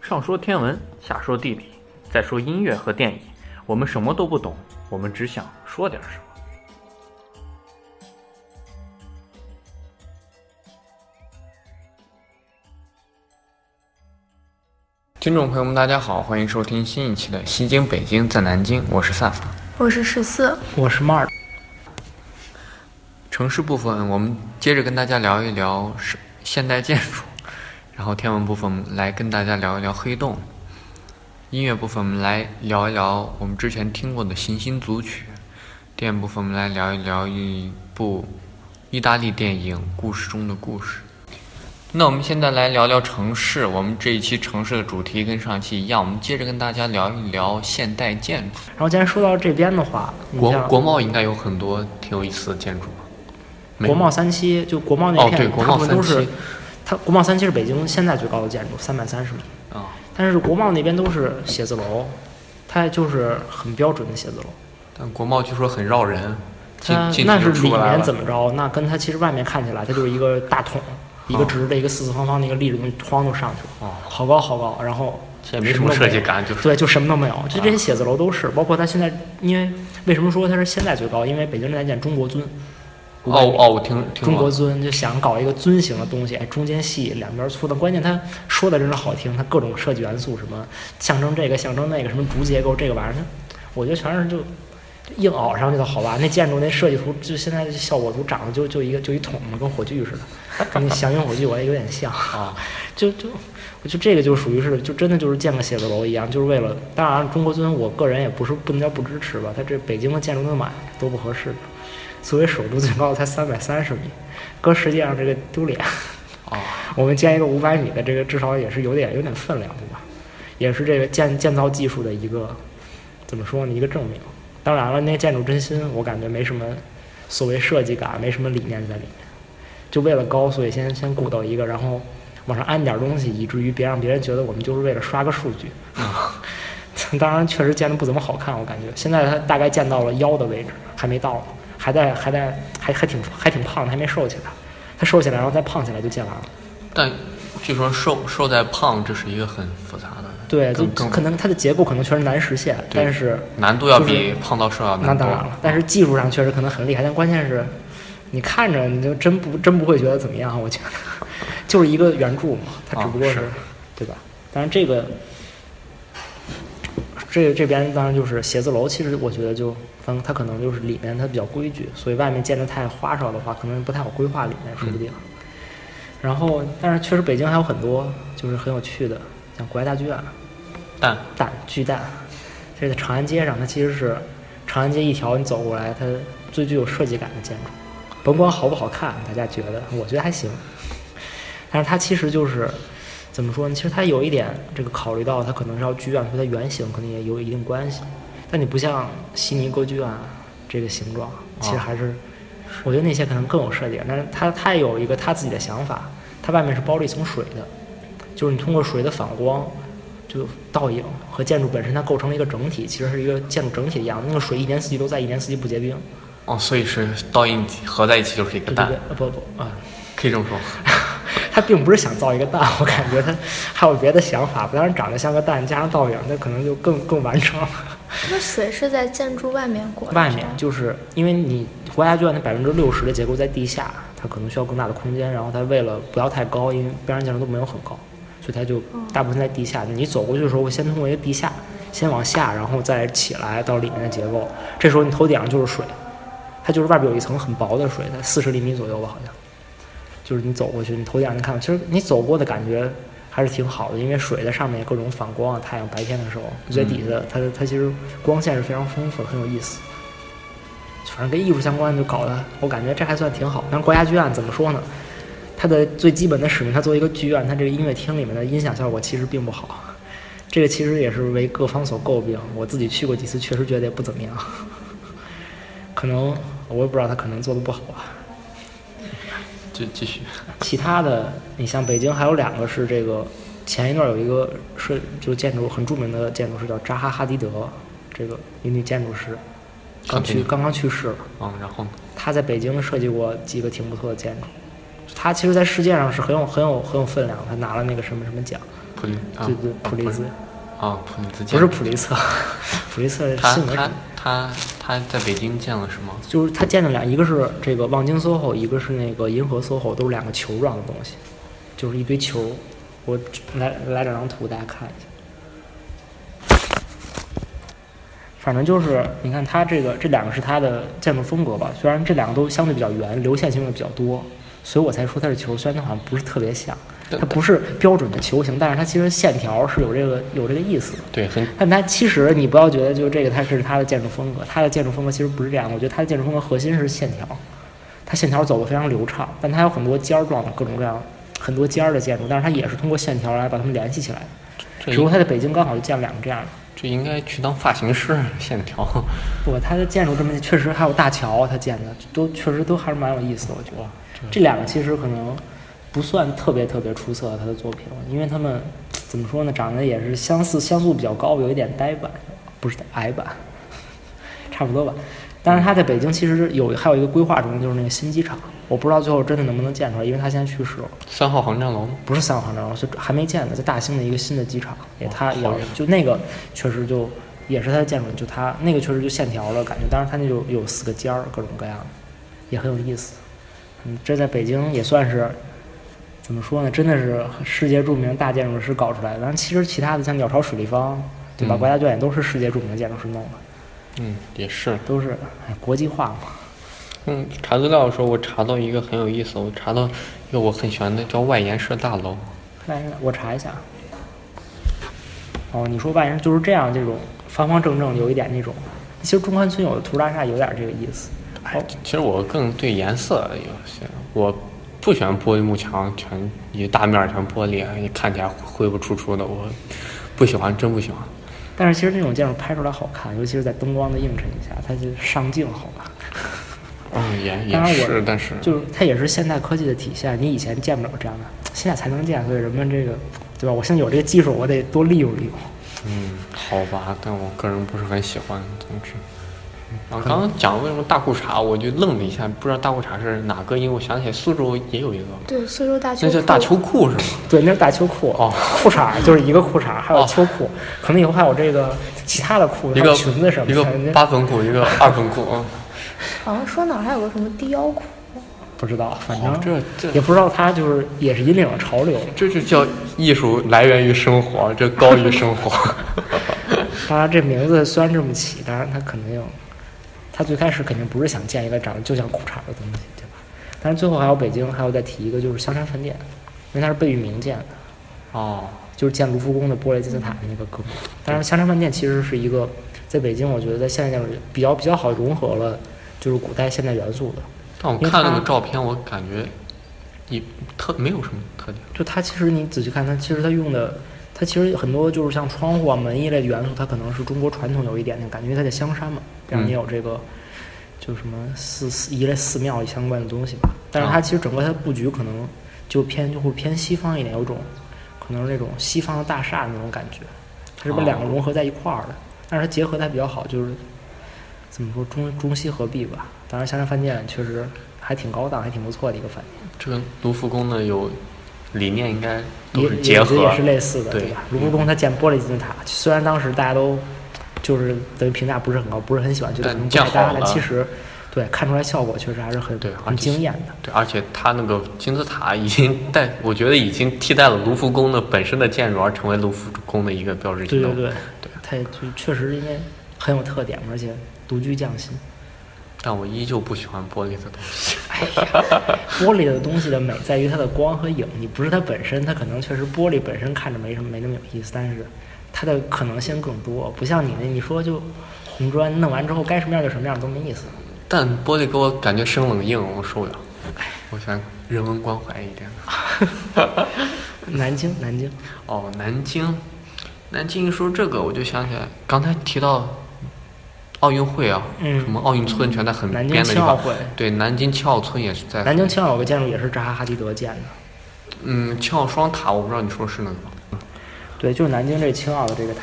上说天文，下说地理，再说音乐和电影，我们什么都不懂，我们只想说点什么。听众朋友们，大家好，欢迎收听新一期的《西京北京在南京》，我是萨法。我是十四，我是 Mark，城市部分，我们接着跟大家聊一聊是现代建筑， 然后天文部分我们来跟大家聊一聊黑洞，音乐部分我们来聊一聊我们之前听过的行星组曲，电影部分我们来聊一聊一部意大利电影《故事中的故事》。那我们现在来聊聊城市，我们这一期城市的主题跟上期一样，我们接着跟大家聊一聊现代建筑。然后既然说到这边的话，你国像国贸应该有很多挺有意思的建筑吧？没有国贸三期，就国贸那哦，片，对，国贸大部分三都是期它国贸三期是北京现在最高的建筑，三百三十米。啊，但是国贸那边都是写字楼，它就是很标准的写字楼。但国贸据说很绕人，进它进那去是就出里不来面怎了。么着，那跟它其实外面看起来，它就是一个大桶，一个直的，一个四四方方的一个立着的框就上去了，哦好高好高。然后这也没什么什么设都没计有感，就是对，就什么都没有，就这些写字楼都是，包括它现在，因为为什么说它是现在最高？因为北京正在建中国尊，哦哦，我听听中国过，尊就想搞一个尊型的东西，哎，中间细，两边粗，但关键它说的真是好听，它各种设计元素，什么象征这个，象征那个，什么竹结构这个玩意儿，我觉得全是就硬熬上去的好吧？那建筑那设计图，就现在这效果图长得就就一个就一桶嘛，跟火炬似的，跟那祥云火炬我也有点像啊， 就就。我就这个就属于是，就真的就是建个写字楼一样，就是为了。当然，中国尊我个人也不是不能叫不支持吧，它这北京的建筑那么矮，多不合适。作为首都最高才三百三十米，搁世界上这个丢脸。哦， 我们建一个五百米的，这个至少也是有点有点分量，对吧？也是这个建建造技术的一个怎么说呢？一个证明。当然了，那建筑真心，我感觉没什么所谓设计感，没什么理念在里面，就为了高，所以先先鼓捣一个，然后往上安点东西，以至于别让别人觉得我们就是为了刷个数据。 当然，确实建的不怎么好看，我感觉现在它大概建到了腰的位置，还没到，还在还在还还挺还挺胖的，还没瘦起来。它瘦起来，然后再胖起来就建完了。但据说瘦瘦再胖，这是一个很复杂的，对，就更更可能它的结构可能确实难实现，对但是难度要就是比胖到瘦要那啊难多当然了，但是技术上确实可能很厉害，但关键是，你看着你就真不真不会觉得怎么样，我觉得就是一个原著嘛，它只不过啊是，是对吧？当然这个，这这边当然就是写字楼，其实我觉得就反正它可能就是里面它比较规矩，所以外面建的太花哨的话，可能不太好规划里面，说不定。嗯然后，但是确实北京还有很多就是很有趣的，像国家大剧院、啊但蛋巨蛋，这在长安街上，它其实是长安街一条，你走过来，它最具有设计感的建筑。甭管好不好看，大家觉得，我觉得还行。但是它其实就是怎么说呢？其实它有一点这个考虑到，它可能是要剧院，所以它原型可能也有一定关系。但你不像悉尼歌剧院这个形状，其实还是、我觉得那些可能更有设计感。但是它它也有一个它自己的想法，它外面是包了一层水的，就是你通过水的反光。就倒影和建筑本身它构成了一个整体，其实是一个建筑整体的样子。那个水一年四季都在，一年四季不结冰，哦，所以是倒映合在一起就是一个对对蛋对，，呃不不啊，可以这么说。他并不是想造一个蛋，我感觉他还有别的想法。当然长得像个蛋，加上倒影，那可能就更更完整了。那水是在建筑外面过来外的面就是因为你国家剧院的百分之六十的结构在地下，它可能需要更大的空间，然后它为了不要太高，因为边上建筑都没有很高，所以它就大部分在地下。你走过去的时候，会先通过一个地下，先往下，然后再起来到里面的结构。这时候你头顶上就是水，它就是外边有一层很薄的水，在四十厘米左右吧，好像。就是你走过去，你头顶上能看到，其实你走过的感觉还是挺好的，因为水在上面各种反光啊，太阳白天的时候，最底下的它它其实光线是非常丰富的，很有意思。反正跟艺术相关就搞得，我感觉这还算挺好。但是国家剧院怎么说呢？它的最基本的使命，它作为一个剧院，它这个音乐厅里面的音响效果其实并不好。这个其实也是为各方所诟病。我自己去过几次，确实觉得也不怎么样。 可能我也不知道他可能做的不好吧。继继续，其他的，你像北京还有两个是这个，前一段有一个是就建筑很著名的建筑师叫扎哈哈迪德，这个一女建筑师，刚去刚刚去世了。嗯，然后呢？她在北京设计过几个挺不错的建筑，她其实，在世界上是很有很有很有分量的，她拿了那个什么什么奖，普利啊对对，普利兹啊普利兹不建是筑普利策， 普利策他性格他他他在北京建了是吗？就是他建的俩，一个是这个望京 SOHO，一个是那个银河 SOHO，都是两个球状的东西，就是一堆球。我来来两张图，大家看一下。反正就是，你看它这个这两个是它的建筑风格吧，虽然这两个都相对比较圆，流线型也比较多，所以我才说它是球，虽然它好像不是特别像，对它不是标准的球形，但是它其实线条是有这个有这个意思的。对，很但它其实你不要觉得就这个它是它的建筑风格，它的建筑风格其实不是这样的。我觉得它的建筑风格核心是线条，它线条走得非常流畅，但它有很多尖儿状的各种各样很多尖儿的建筑，但是它也是通过线条来把它们联系起来的。这只不过应它在北京刚好就建了两个这样的。这应该去当发型师线条。 不，它的建筑这么确实还有大桥，它建的都确实都还是蛮有意思的，我觉得。这两个其实可能不算特别特别出色的他的作品，因为他们怎么说呢，长得也是相似相似度比较高，有一点呆板，不是矮板， 差不多吧。但是他在北京其实有还有一个规划中，就是那个新机场，我不知道最后真的能不能建出来，因为他现在去世了。三号航站楼吗？不是三号航站楼，是还没建的，在大兴的一个新的机场，也它也就那个确实就也是它的建筑，就它那个确实就线条了感觉，当然它那就有四个尖儿，各种各样的，也很有意思。嗯，这在北京也算是怎么说呢？真的是世界著名大建筑师搞出来的。然后其实其他的像鸟巢、水立方，对吧？嗯国家队也都是世界著名的建筑师弄的，嗯，也是。都是哎国际化嘛。嗯，查资料的时候我查到一个很有意思，我查到一个我很喜欢的叫外延式大楼。外人，我查一下。啊哦，你说外人就是这样，这种方方正正，有一点那种。其实中关村有的图大厦有点这个意思。哦哎，其实我更对颜色有些，我不喜欢玻璃幕墙，全一大面儿全玻璃，你看起来灰不出出的，我不喜欢，真不喜欢。但是其实这种建筑拍出来好看，尤其是在灯光的映衬下，它就上镜好看。嗯，也当也然我是，但是啊就是它也是现代科技的体现，你以前见不了这样的，现在才能见，所以人们这个，对吧？我现在有这个技术，我得多利用利用。嗯，好吧，但我个人不是很喜欢，总之。然后刚刚讲为什么大裤衩，我就愣了一下，不知道大裤衩是哪个，因为我想起来苏州也有一个，对，苏州大秋那叫裤大秋裤是吗？对，那是大秋裤，哦裤衩儿就是一个裤衩儿，还有哦秋裤，可能以后还有这个其他的裤子，一还有个裙子什么的。一个反正八分裤，一个二分裤。嗯好像说哪儿还有个什么低腰裤，不知道，反哦正，这这也不知道他就是也是引领了潮流。这就叫艺术来源于生活，这高于生 活。当然，这名字虽然这么起，当然他肯定，他最开始肯定不是想建一个长得就像裤衩的东西，对吧？但是最后还有北京，还有再提一个就是香山饭店，因为它是贝聿铭建的，哦，就是建卢浮宫的玻璃金字塔的那个构筑。但是香山饭店其实是一个在北京，我觉得在现代建筑里比较比较好融合了就是古代现代元素的。但我因为看那它个照片，我感觉也特没有什么特点。就它其实你仔细看，它其实它用的，它其实很多就是像窗户啊、门一类的元素，它可能是中国传统有一点点感觉，因为它在香山嘛，然后嗯也有这个，就什么寺寺一类寺庙相关的东西吧。但是啊它其实整个它的布局可能就偏就会偏西方一点，有种可能是那种西方的大厦那种感觉，它是哦把两个融合在一块儿的，但是它结合的还比较好，就是怎么说中中西合璧吧。当然，香山饭店确实还挺高档，还挺不错的一个饭店。这个卢浮宫呢，有理念应该都也是也结我觉得合也是类似的，对对吧？卢浮宫它建玻璃金字塔，虽然当时大家都就是等于评价不是很高，不是很喜欢，觉得但可能不建太搭，好但了其实对看出来效果确实还是很对而很且惊艳的。对，而且它那个金字塔已经 代，我觉得已经替代了卢浮宫的本身的建筑，而成为卢浮宫的一个标志对性的。对对对，它也就确实因为很有特点，而且独具匠心。但我依旧不喜欢玻璃的东西。玻璃的东西的美在于它的光和影，你不是它本身，它可能确实玻璃本身看着没什么没那么有意思，但是它的可能性更多，不像你那你说就红砖弄完之后该什么样就什么样都没意思。但玻璃给我感觉生冷硬，我受不了。哎我喜欢人文关怀一点的。南京，南京。哦，南京，南京一说这个，我就想起来刚才提到奥运会啊，嗯什么奥运村全在很南边京的地青奥方。会，对，南京青奥村也是在南京青奥有个建筑也是扎哈哈迪德建的，嗯青奥双塔，我不知道你说是那个吗？对，就是南京这青奥的这个塔，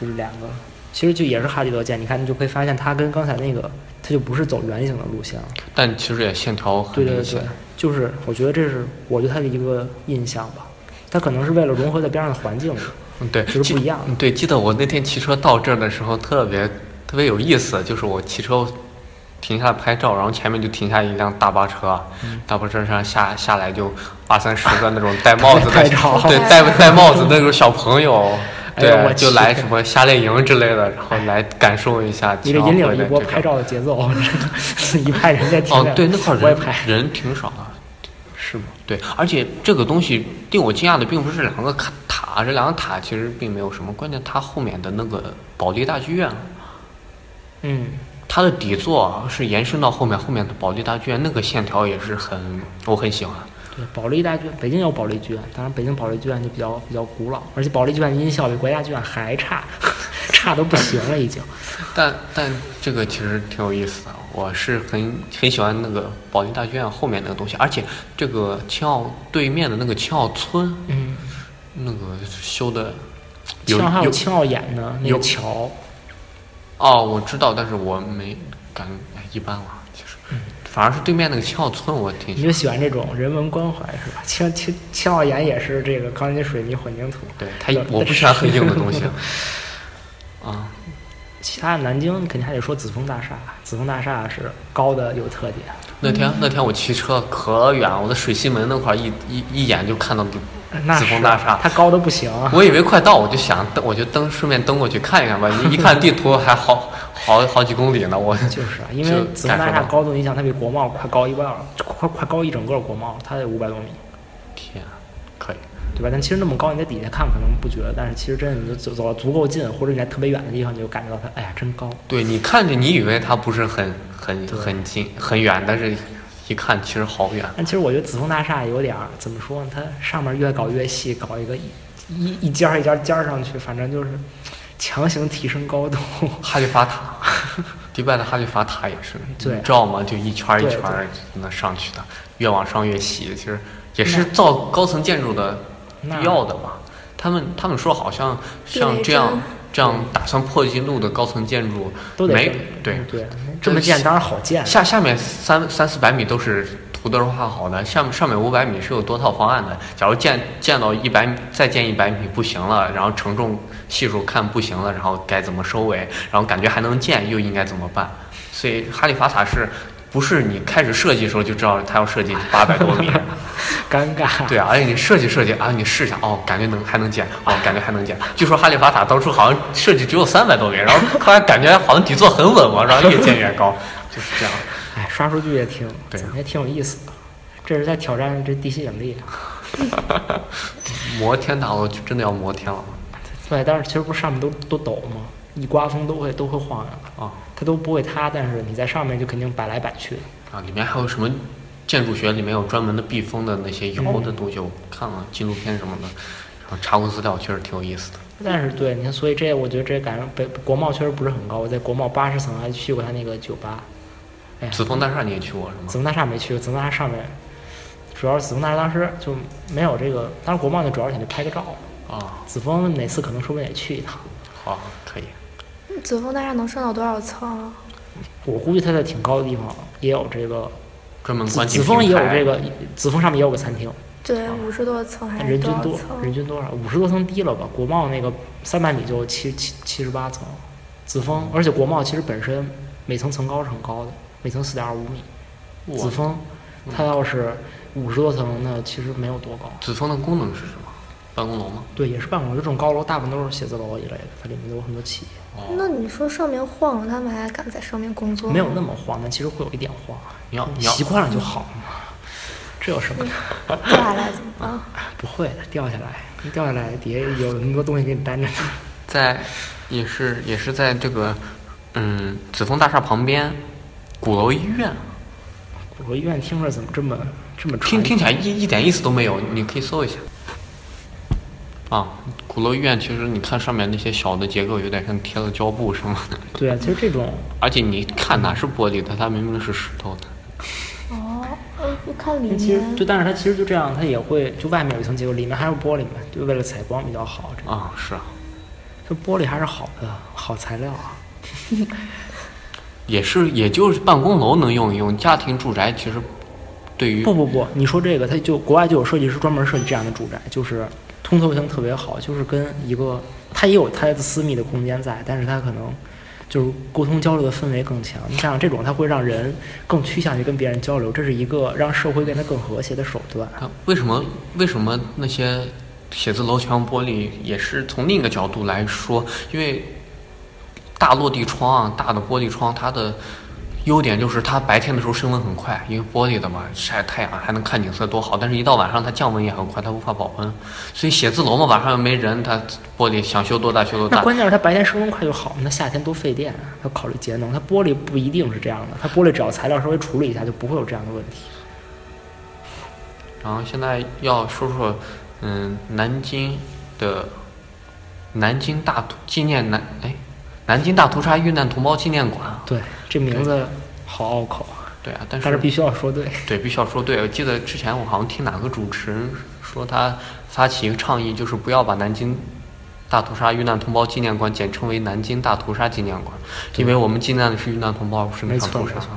就是两个，其实就也是哈迪德建，你看你就可以发现它跟刚才那个，它就不是走圆形的路线了，但其实也线条很对对明对显对。，就是我觉得这是我对它的一个印象吧。它可能是为了融合在边上的环境里，嗯，对，就是记不一样嗯对，记得我那天骑车到这儿的时候，特别特别有意思，就是我骑车停下来拍照，然后前面就停下一辆大巴车，啊嗯大巴车上下下来就二三十个那种 戴帽子的拍照对，戴戴帽子那种小朋友，哎对，呦我就去哎来什么夏令营之类的，然后来感受一下。你这然后引领回了一来波这拍种。照的节奏， 一派人在停哦着，对，那块儿我也人拍。人挺少啊， 是吗？对，而且这个东西令我惊讶的并不是两个卡塔，这两个塔其实并没有什么，关键它后面的那个保利大剧院，啊嗯，它的底座啊是延伸到后面，后面的保利大剧院那个线条也是很，我很喜欢。对，保利大剧院，北京有保利剧院，当然北京保利剧院就比较比较古老，而且保利剧院的音效比国家剧院还差， 差都不行了已经。但但这个其实挺有意思的，我是很很喜欢那个保利大剧院后面那个东西，而且这个青奥对面的那个青奥村，嗯，那个修的有青奥还有有青奥演的那有个桥，哦，我知道，但是我没感哎一般了，其实，反而是对面那个青奥村我挺嗯你喜就喜欢这种人文关怀是吧？青青青奥演也是这个钢筋水泥混凝土。对他我不喜欢很硬的东西。 啊，其他的南京肯定还得说紫峰大厦，紫峰大厦是高的有特点，那天那天我骑车可远，我在水西门那块儿一一一眼就看到那紫是峰大厦，它高的不行啊。我以为快到，我就想登，我就登，顺便登过去看一看吧。一一看地图，还好好好几公里呢。 我就是啊，因就为紫峰感大受厦到高度，你想它比国贸快高一半儿，快快高一整个国贸，它得五百多米，天，可以，对吧？但其实那么高，你在底下看可能不觉得，但是其实真的你就走走到足够近，或者你在特别远的地方，你就感觉到它，哎呀，真高。对你看着，你以为它不是很很对很近很远，但是一看其实好远。但其实我觉得紫峰大厦有点儿怎么说呢？它上面越搞越细，搞一个一一一尖儿一尖儿尖儿上去，反正就是强行提升高度。哈利法塔，迪拜的哈利法塔也是，对你知道吗？就一圈儿一对圈儿那上去的，越往上越细，其实也是造高层建筑的那必要的吧。他们他们说好像地像雷这样针这样打算破纪录的高层建筑都得没这么对嗯对，这么建当然好建，下下面三三四百米都是土豆画好的，下面上面五百米是有多套方案的。假如建建到一百米，再建一百米不行了，然后承重系数看不行了，然后该怎么收尾，然后感觉还能建，又应该怎么办？所以哈利法塔是不是你开始设计的时候就知道它要设计八百多米？ 尴尬。对啊，而且你设计设计啊，你试一下哦，感觉能还能建，哦，感觉还能建。据说哈利法塔当初好像设计只有三百多米，然后后来感觉好像底座很稳嘛，然后越建越高，就是这样。哎，刷数据也挺，对怎么也挺有意思的。这是在挑战这地心引力。啊摩天大楼就真的要摩天了吗对，但是其实不是上面都都抖吗？一刮风都会都会晃呀，啊它都不会塌，但是你在上面就肯定摆来摆去。啊！里面还有什么建筑学里面有专门的避风的那些摇的东西，我看了纪录片什么的，然后查过资料，确实挺有意思的。但是对，你看，所以这我觉得这感觉北国贸确实不是很高。我在国贸八十层还去过它那个酒吧，哎呀，紫峰大厦你也去过是吗？紫峰大厦没去过，紫峰大厦上面主要是紫峰大厦当时就没有这个，当时国贸就主要想去拍个照。啊，紫峰哪次可能说不定也去一趟，好啊，可以。紫峰大厦能上到多少层啊？我估计它在挺高的地方也有这个，专门紫关紫峰也有这个，个，紫峰上面也有个餐厅，对，五十多层还但是啊人哎多少均多人层？均多少？五十多层低了吧？国贸那个三百米就七七七十八层，紫峰，而且国贸其实本身每层层高是很高的，每层四点二五米。哇紫峰，它要是五十多层，那其实没有多高。紫峰的功能是什么？办公楼吗？对，也是办公楼，这种高楼大部分都是写字楼一类的，它里面都有很多企业，哦，那你说上面晃了，他们还敢在上面工作吗？没有那么晃，但其实会有一点晃。你要你要习惯了就好了嘛，这有什么的？掉下来怎么办？ 不会的，掉下来，你掉下来底下有那么多东西给你担着呢。在也是也是在这个嗯紫峰大厦旁边鼓楼医院，我说医院听着怎么这么这么听传听起来一一点意思都没有，你可以搜一下。啊，鼓楼医院其实你看上面那些小的结构，有点像贴了胶布什么的，对啊，其实这种而且你看哪是玻璃的，它明明是石头的。哦，呃，我看里其实面就，但是它其实就这样，它也会就外面有一层结构，里面还有玻璃嘛，就为了采光比较好。这啊，是啊，这玻璃还是好的，好材料啊。也是，也就是办公楼能用一用，家庭住宅其实对于不不不，你说这个，它就国外就有设计师专门设计这样的住宅，就是通透性特别好，就是跟一个它也有它的私密的空间在，但是它可能就是沟通交流的氛围更强。你想这种，它会让人更趋向于跟别人交流，这是一个让社会变得更和谐的手段。啊，为什么为什么那些写字楼墙玻璃也是从另一个角度来说？因为大落地窗、啊、大的玻璃窗，它的优点就是它白天的时候升温很快，因为玻璃的嘛，晒太阳还能看景色多好。但是，一到晚上它降温也很快，它无法保温。所以写字楼嘛，晚上又没人，它玻璃想修多大修多那大。关键是它白天升温快就好，那夏天多费电啊，它考虑节能。它玻璃不一定是这样的，它玻璃只要材料稍微处理一下，就不会有这样的问题。然后现在要说说，嗯，南京的南京大屠纪念南哎，南京大屠杀遇难同胞纪念馆。啊对，这名字好拗口，对啊，但是但是必须要说对。 对，必须要说对。我记得之前我好像听哪个主持人说，他发起一个倡议，就是不要把南京大屠杀遇难同胞纪念馆简称为南京大屠杀纪念馆，因为我们纪念的是遇难同胞，不是那没场错屠没杀错。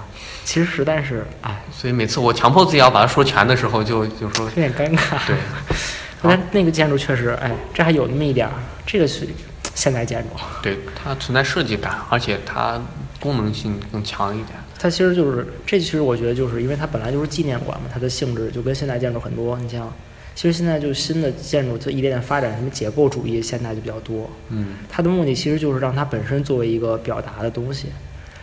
其实实在是，哎，所以每次我强迫自己要把它说全的时候就，就说有点尴尬。对，但 那个建筑确实，哎，这还有那么一点儿，这个是现代建筑，对，它存在设计感，而且它功能性更强一点。它其实就是这，其实我觉得就是因为它本来就是纪念馆嘛，它的性质就跟现代建筑很多。你像，其实现在就新的建筑它一点点发展，什么解构主义现代就比较多，嗯，它的目的其实就是让它本身作为一个表达的东西。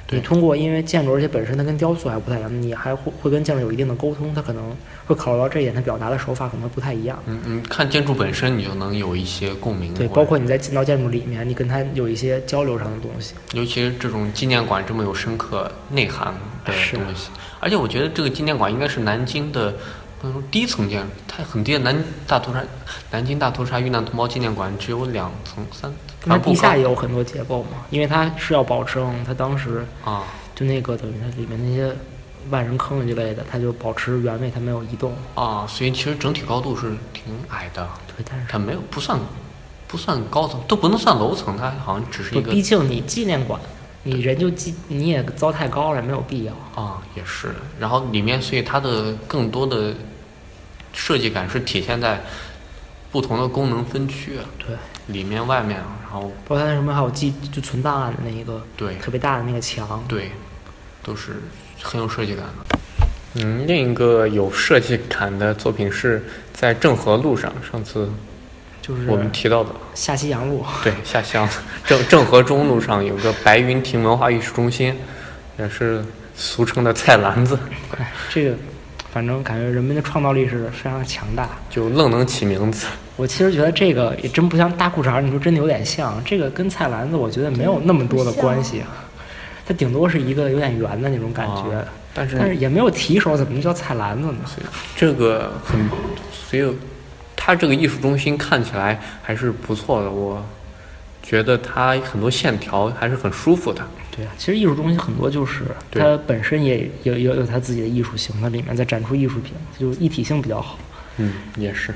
对你通过，因为建筑，而且本身它跟雕塑还不太一样，你还会会跟建筑有一定的沟通，它可能会考虑到这一点，它表达的手法可能不太一样。嗯嗯，看建筑本身，你就能有一些共鸣。对，或者包括你在进到建筑里面，你跟它有一些交流上的东西。尤其是这种纪念馆这么有深刻内涵的是东西，而且我觉得这个纪念馆应该是南京的，不能说低层建筑，它很低的南大屠杀，南京大屠杀遇难同胞纪念馆只有两层三，那它不地高下也有很多结构嘛，因为它是要保证它当时啊，就那个等于它里面那些万人坑一类的，它就保持原位，它没有移动。啊，所以其实整体高度是挺矮的，对，但是它没有不算不算高层，都不能算楼层，它好像只是一不，个毕竟你纪念馆，你人就纪你也糟太高了，没有必要。啊，也是。然后里面，所以它的更多的设计感是体现在不同的功能分区，啊对，里面外面，啊然后包括它那什么还有记就存档案的那一个对特别大的那个墙，对，都是很有设计感的。嗯，另一个有设计感的作品是在郑和路上，上次就是我们提到的，下西洋路。 对，下乡郑郑和中路上有个白云亭文化艺术中心，也是俗称的菜篮子，哎，这个反正感觉人们的创造力是非常强大。就愣能起名字。我其实觉得这个也真不像大裤衩儿，你说真的有点像。这个跟菜篮子我觉得没有那么多的关系，啊它顶多是一个有点圆的那种感觉，啊但是但是也没有提手，怎么叫菜篮子呢？这个很，所以它这个艺术中心看起来还是不错的，我觉得它很多线条还是很舒服的。对啊，其实艺术中心很多就是对它本身也有有有它自己的艺术性，它里面在展出艺术品，就一体性比较好。嗯，也是。